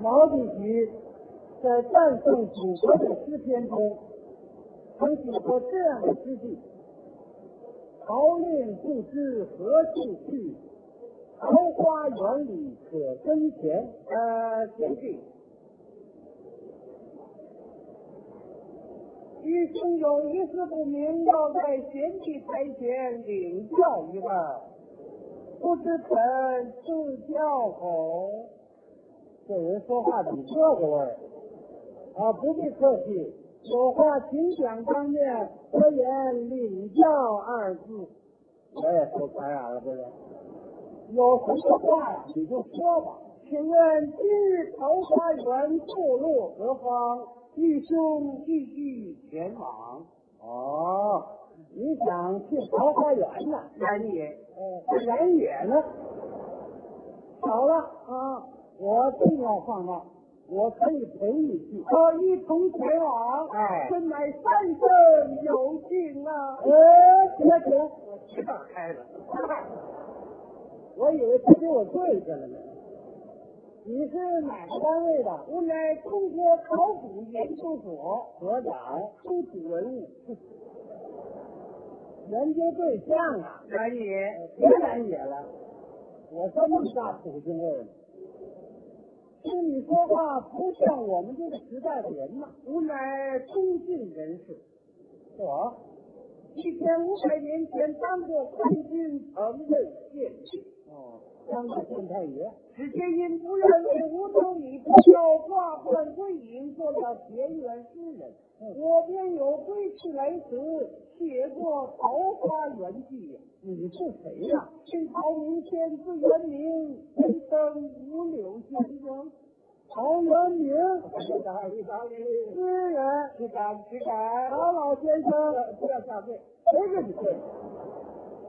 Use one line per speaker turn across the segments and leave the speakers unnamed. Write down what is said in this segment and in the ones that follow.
毛主席在赞颂祖国的诗篇中，曾写过这样的诗句：“桃恋不知何处去，桃花源里可耕田。”呃，全句。
一生有一事不明，要在贤弟台前领教一番。不知臣是叫吼，
这人说话挺这个味儿啊！不必客气，
有话请讲，当面可言领教二字。哎
我也受感染了，不是？
有什么话呀？
你就说吧。
请问今日桃花源坐落何方？弟兄继续前往，
哦，你想去桃花源呐？
然也。
呃，然野呢？巧了啊！我正要放那，我可以陪你去。
我一同前往，
哎
真乃三生有幸啊！
呃，停了停了，
我翅膀开了，
我以为他给我跪下了呢。你是哪个单位的？
我乃中国考古研究所
所 长，
出土人物，
研究对象啊，
然也。
别然野了。我说那么大土腥味儿呢，听你说话不像我们这个时代的人呐。
吾乃中进人士，
我
一千五百年前当过官军，曾任县令，
哦，当个县太爷。
只皆因不愿为五斗米不交，挂冠归隐，做了田园诗人。我便有归去来辞，写过《桃花源记》呀。
你是谁呀、
是陶明谦字元明，人生五柳先生，哎
陶渊明，
诗人，
是敢是敢，
陶老先生，
不要下跪，谁给你跪？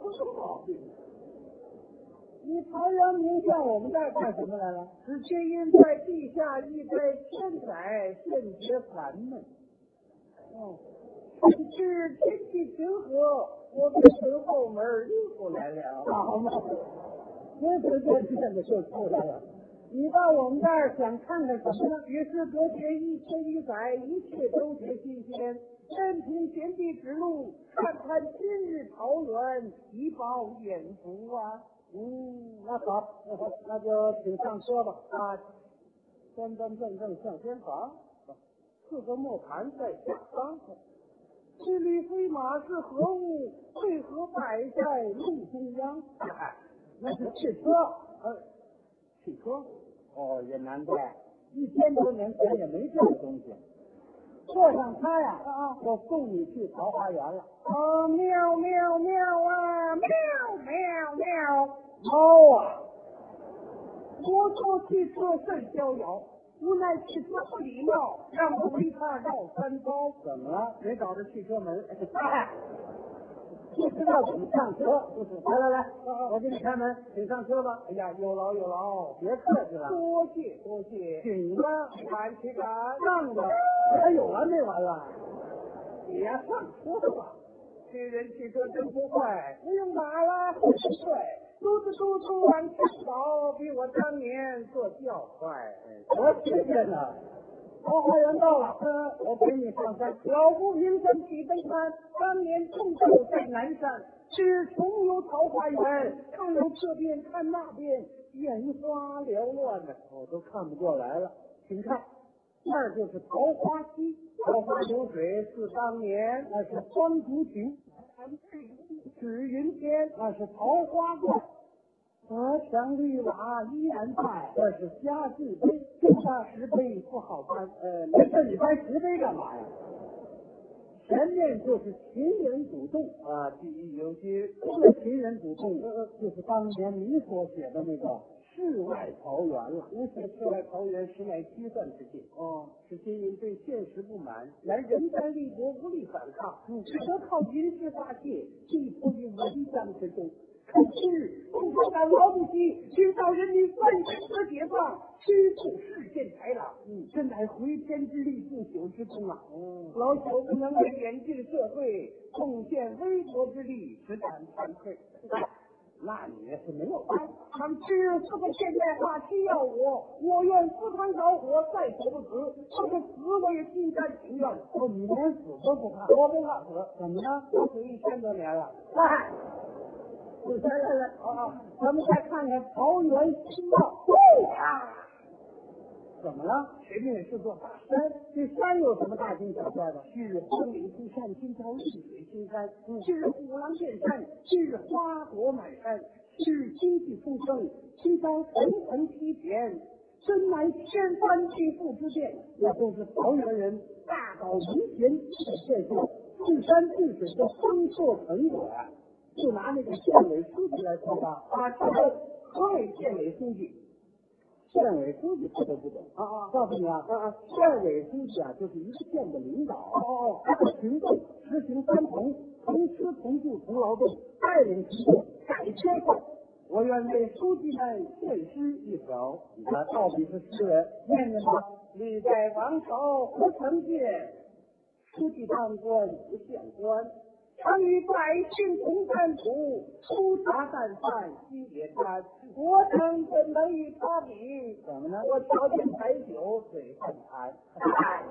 不是毛病。
你陶渊明上我们这儿干什么来了？
只皆因在地下一载千载，甚觉烦闷。
哦，
甚至天气晴和，我便从后门溜出来了。
好嘛，随随便便的就出来了。你到我们这儿想看看什么呢？
于是隔绝一千一载，一切都觉新鲜。任凭贤弟指路，看看今日桃源，以饱眼福啊！
嗯，那好，那好，那就请上车吧。啊，端端正正向天房，四个木盘在下方。
赤驴飞马是何物？为何摆在路中央？
哎那是汽车，呃，汽车，哦，也难怪，一千多年前也没这种东西。坐上它呀，啊，我送你去桃花源了。
哦，喵喵喵啊，喵喵喵！
猫啊，
摩托汽车甚逍遥，无奈汽车不礼貌，让我为他绕三遭。
怎么了？
没找着汽车门，
哎，不知道怎么上车。来来来，我给你开门，请上车吧。
哦哎呀，有劳有劳，
别客气了，
多谢多谢，
请吧。
敢岂敢
上吧，
哎
还有完没完了？
别上车吧，这人汽车真不坏，不用打了，很帅，嘟嘟嘟嘟往前跑，比我当年坐轿快。
多新鲜呐！桃花源到了，我陪你上山。
老夫云深岂悲欢，当年种豆在南山，是重游桃花
哎
源，看了这边看那边，眼花缭乱呐。
我哦都看不过来了。请看，那儿就是桃花溪，桃花流水似当年，那是双竹渠，
指云天，
那是桃花观，
河墙绿瓦依然在，
那是佳绩碑。
重大石碑不好搬。
呃，没事，你搬石碑干嘛呀？前面就是秦人古洞啊，记忆犹新。这个秦人古洞，
呃
就是当年你所写的那个世外桃源了。
无此世外桃源，实乃虚幻之境。
哦，
是今人对现实不满，然人单力薄，无力反抗，只得靠军事发泄，寄托于文章之中。可是共产党毛主席领导人民奋进和解放，驱促世界豺狼，
嗯
真乃回天之力，不朽之功啊！
嗯，
老朽不能为演进社会贡献微薄之力，实感惭愧。
那你是没有办法。
他党之这个现代化需要我，我愿赴汤蹈火，在所不辞。这个死我也心甘情愿。
哦，你连死都不怕？
我不怕死，
怎么呢？
我死一千多年了。
哎，来来来，
啊啊！
咱们再看看桃园新报，
对呀，
怎么了？
前面是座大山，
山，哎这山有什么大惊小怪的？
是红岭出山，今朝绿水青山；是虎狼见山，是花朵满山；是经济出生，今朝层层梯田，真乃天翻地覆之变。
那就是桃园人
大
搞农田的现象，治山治水的丰硕成果呀。就拿那个县委书记来说吧，
啊，这个河北县委书记
县委书记他都不懂。
啊啊
告诉你啊，
啊啊！
县委书记啊，就是一个县的领导，
哦哦，
他的群众实行三同，同吃同住同劳动，带领群众改缺困。
我愿为书记们献诗一首。
你看，到底是诗人，念念吧。
历代王朝何曾见，书记当官不像官。常与百姓同甘苦，粗茶淡饭西野餐。我等怎能与他比？
怎么呢？
我条件白酒水饭餐。哎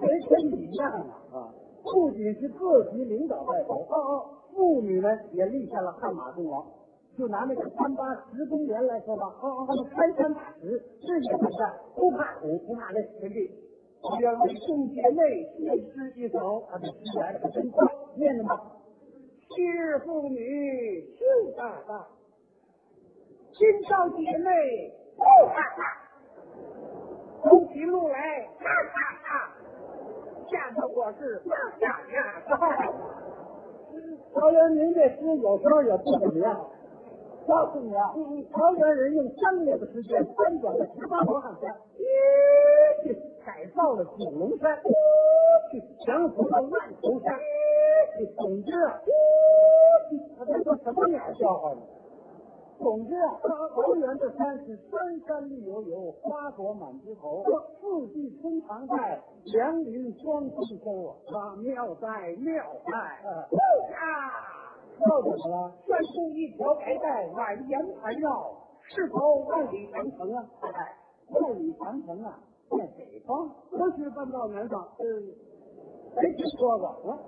谁跟你一样啊？啊，不仅是各级领导带头，
哦哦，
妇女们也立下了汗马功劳。就拿那个三八十公园来说吧，哦，他们翻山打石，日夜奋战，不怕苦，不怕累，真地。
我愿为众姐妹献诗一首。
他的诗来的真快，念念吧。
昔日妇女是大大，今朝姐妹不哈哈，走起路来哈哈哈，吓得我是 哈哈哈。
陶渊明哎这诗有时候也不怎么样。告诉你啊，桃园人用三年的时间翻转了十八罗汉山，去改造了九龙山，去降服了万头山。去总之啊，去他在说什么鸟笑话呢？总之啊，桃园的山是山山绿油油，花朵满枝头，四季春常在，良林双丰收啊！
啊，妙哉妙哉！啊，
又怎么了？
拴出一条白带，蜿蜒缠绕，是否万里长城啊？哎，
万里长城啊，在北方。
何时搬
啊
到南方？嗯，
没听说过啊？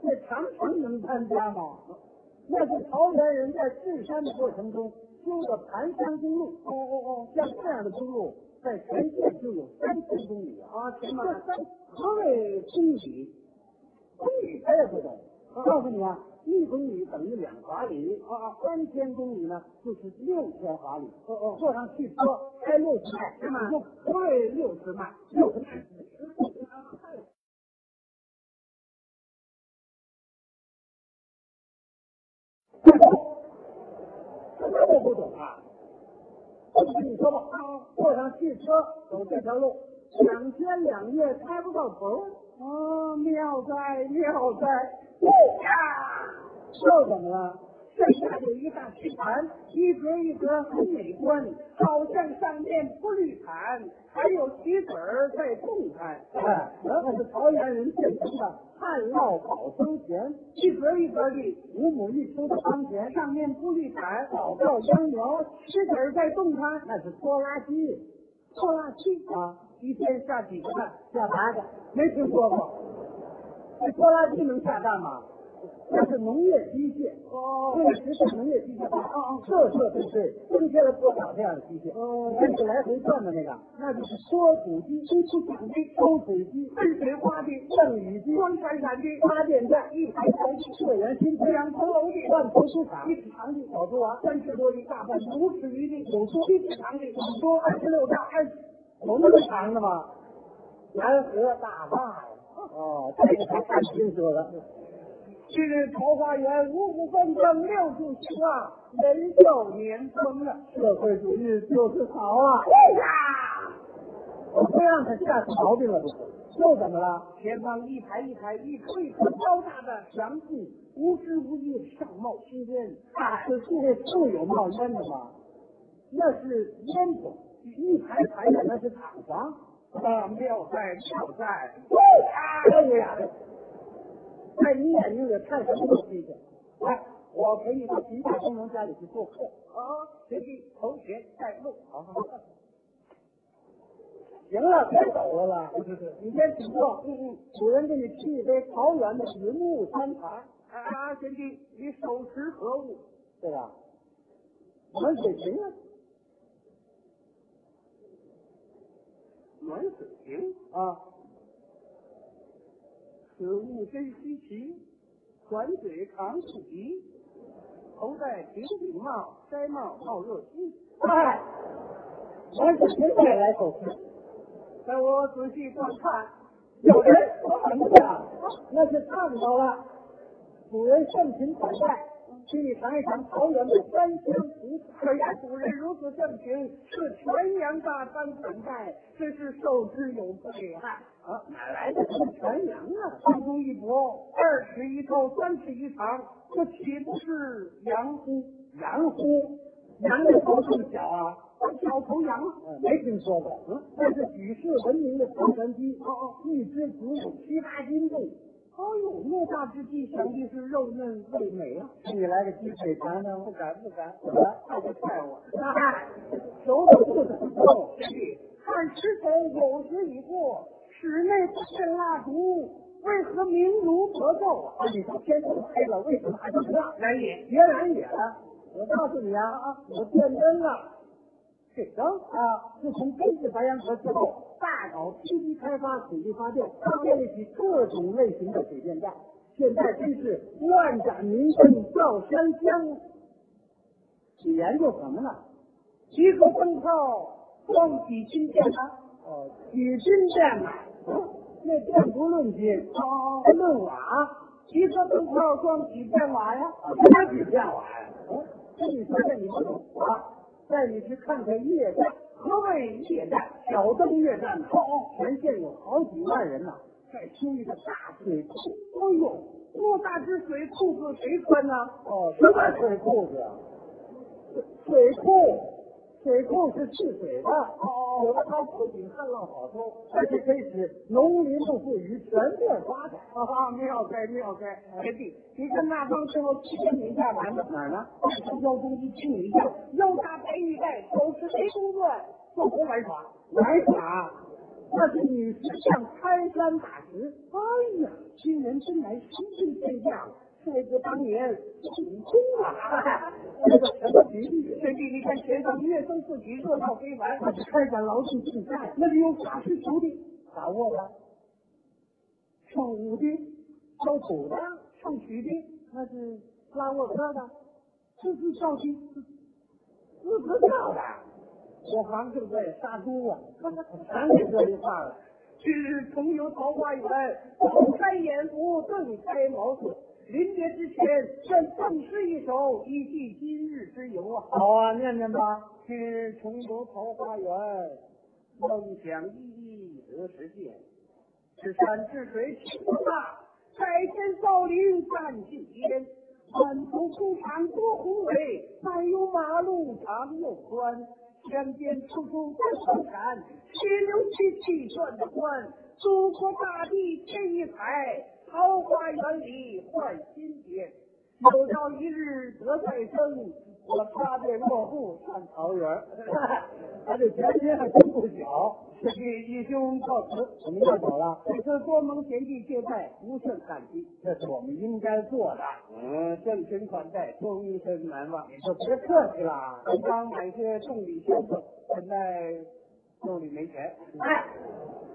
那长城能搬家吗？那是桃园人在治山的过程中修的盘山公路。哦哦哦，像这样的公路在全县就有三千公里啊！
啊，天哪！
这三何谓公里？公里他也不懂。告诉你啊，一公里等于两华里啊啊，三千公里呢就是六千华里。哦哦，坐上汽车开六十迈，
是吗
你就不会六十迈，六十迈。什么都不懂啊！我跟你说吧，啊坐上汽车走这条路，两天两夜开不到头。哦
啊，妙哉妙哉！啊！
又怎么了？
这下有一大棋盘，一格一格很美观，好像上面铺绿毯，还有棋子儿在动弹。
哎，那可是桃园人现成的旱涝保收田，
一格一格的，
五亩一秋的桑田，
上面铺绿毯，
早稻秧苗，
棋子儿在动弹。
那是拖拉机
拖拉机
啊，
一天下几个蛋？
下八个，没听说过。这拖拉机能下蛋吗？那是农业机械。
哦
为了实现农业机械化，啊啊，设设备备增添了不少这样的机械。
哦
那是来回转的那个，那就是缩土机、
输出奖的，
抽水机、
喷水花的，
降雨机、
光闪闪的，
发电站、一排排的社员新村、
两层楼的，
万头猪场、
一尺长的，
小猪娃、
啊三尺多的大半，五尺余的，
有猪
一尺长的，有多二十六大二十。
有那么长的吗？南河大坝呀！哦，这个还看清楚了。
今日桃花源五谷丰登，六畜兴旺，啊人寿年丰啊！
社会主义就是好啊！
对哎呀，
我非让他下出毛病了不是？又怎么了？
前方一排一排一棵一棵高大的杨树，无枝无叶，上冒青烟。
大树树树有冒烟的吗？那是烟囱，一排排的那是厂房。
啊，妙哉妙哉！
哎呀，看你眼睛里看什么都新鲜。哎，我可以到秦大工农家里去做客。
啊，随地同学带路。
好好好行了，别走了啦，
是是，
你先请坐。
嗯嗯。
主人给你沏一杯桃园的云雾山茶，
啊啊，贤弟，你手持何物？
对吧？暖水瓶啊，
暖水瓶。
啊，
此物真稀奇，环嘴扛肚皮，头戴平顶帽，摘帽冒热气。
哎，暖水瓶带来口气。
待我仔细观看，
有人说什么呀？那是看到了，主人盛情款待，请你尝一尝桃园的山香葡萄。
可言主人如此盛情，是全羊大方款待，真是受之有愧啊！啊，哪来的什么全羊啊？三公一薄，二尺一高，三尺一长，这岂不是羊乎？
羊乎，羊的头这么小啊？
小头羊啊？
嗯，没听说过。嗯，这是举世闻名的唐山鸡，哦哦，一只足有七八斤重。哦
哎呦，莫大之际，想必是肉嫩味美啊！
给你来个鸡腿尝尝，
不敢不敢，
怎么了？
太不怪我。
啊，熟的不能动。
贤弟，看吃头有时已过，室内不趁蜡烛，为何明炉搏斗啊？
啊，你都天都黑了，为什么还不亮？
难也，
别拦野了，我告诉你啊，我变真了。
这灯
啊，自从根治白洋河之后，大搞积极开发水力发电，建立起各种类型的水电站。现在真是万盏明灯照山乡。你研究什么呢？
一个灯泡装几斤电啊？
哦，
几斤电啊？
那电不论斤，
哦，
还论瓦，
一个灯泡装几电瓦呀？
哪几电瓦呀？嗯，这你说这你不懂啊？带你去看看夜战，
何谓夜战？
挑灯夜战呢？
哦，
全县有好几万人呐、
在修一个大
水库。
哎呦，莫大之水啊裤子谁穿呢、
哦，什么水裤子？水库，水库是蓄水的，有了它不仅旱涝保收，而且可以使农林牧副渔全面发展。啊
哈哈，妙哉妙哉！贤弟，你看那帮最后欺骗你一下男的，
哪儿呢？
腰中一青一样，腰扎白玉带，手持雷公钻，做猴玩耍。
玩耍，那是女士像开山打石。
哎呀，今人真乃时今天下，再不当年祖宗啊！
这个什么比喻？
贤弟，你看前方乐声四起，热闹非凡，
那是开展劳动竞赛，
那里有法师徒弟、
把握了，
唱舞的、
敲鼓的，
唱曲的，
那是拉沃车的，
这是少的，
不知道的。
我行正在杀猪啊！
咱给说句话了，
是重游桃花源，早开眼福，顿开茅塞。临别之前，愿赠诗一首，以寄今日之游啊！
好啊，念念吧。
是重游桃花源，梦想依依得实现。是山是水情不大，海天造林占尽天。满途工厂多宏伟，柏油马路长又宽。乡间处处都生产，血流气气转得欢。祖国大地天一彩，哎桃花源里换新鲜。有朝一日得再生，我擦遍落户上桃园。
他这前天还真不小。
这是义兄告辞，
我们要走了，
此次多蒙贤弟接待，无限感激。
这是我们应该做的。
嗯，盛情款待，终身难忘。
你就别客气了啊。
刚刚买些重礼相赠，现在兜里没钱。
哎，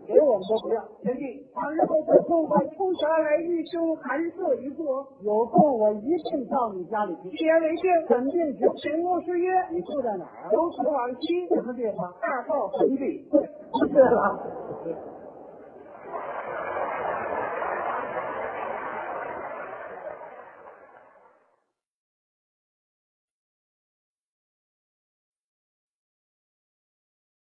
给我们都不要，
贤弟，倘若有空我出峡来遇兄寒舍一过，
有空我一定到你家里去，
一言为定。
肯定去。
请勿失约，
你住在哪儿啊？
由此往西，
什么地方？
大道坟地。
不是了。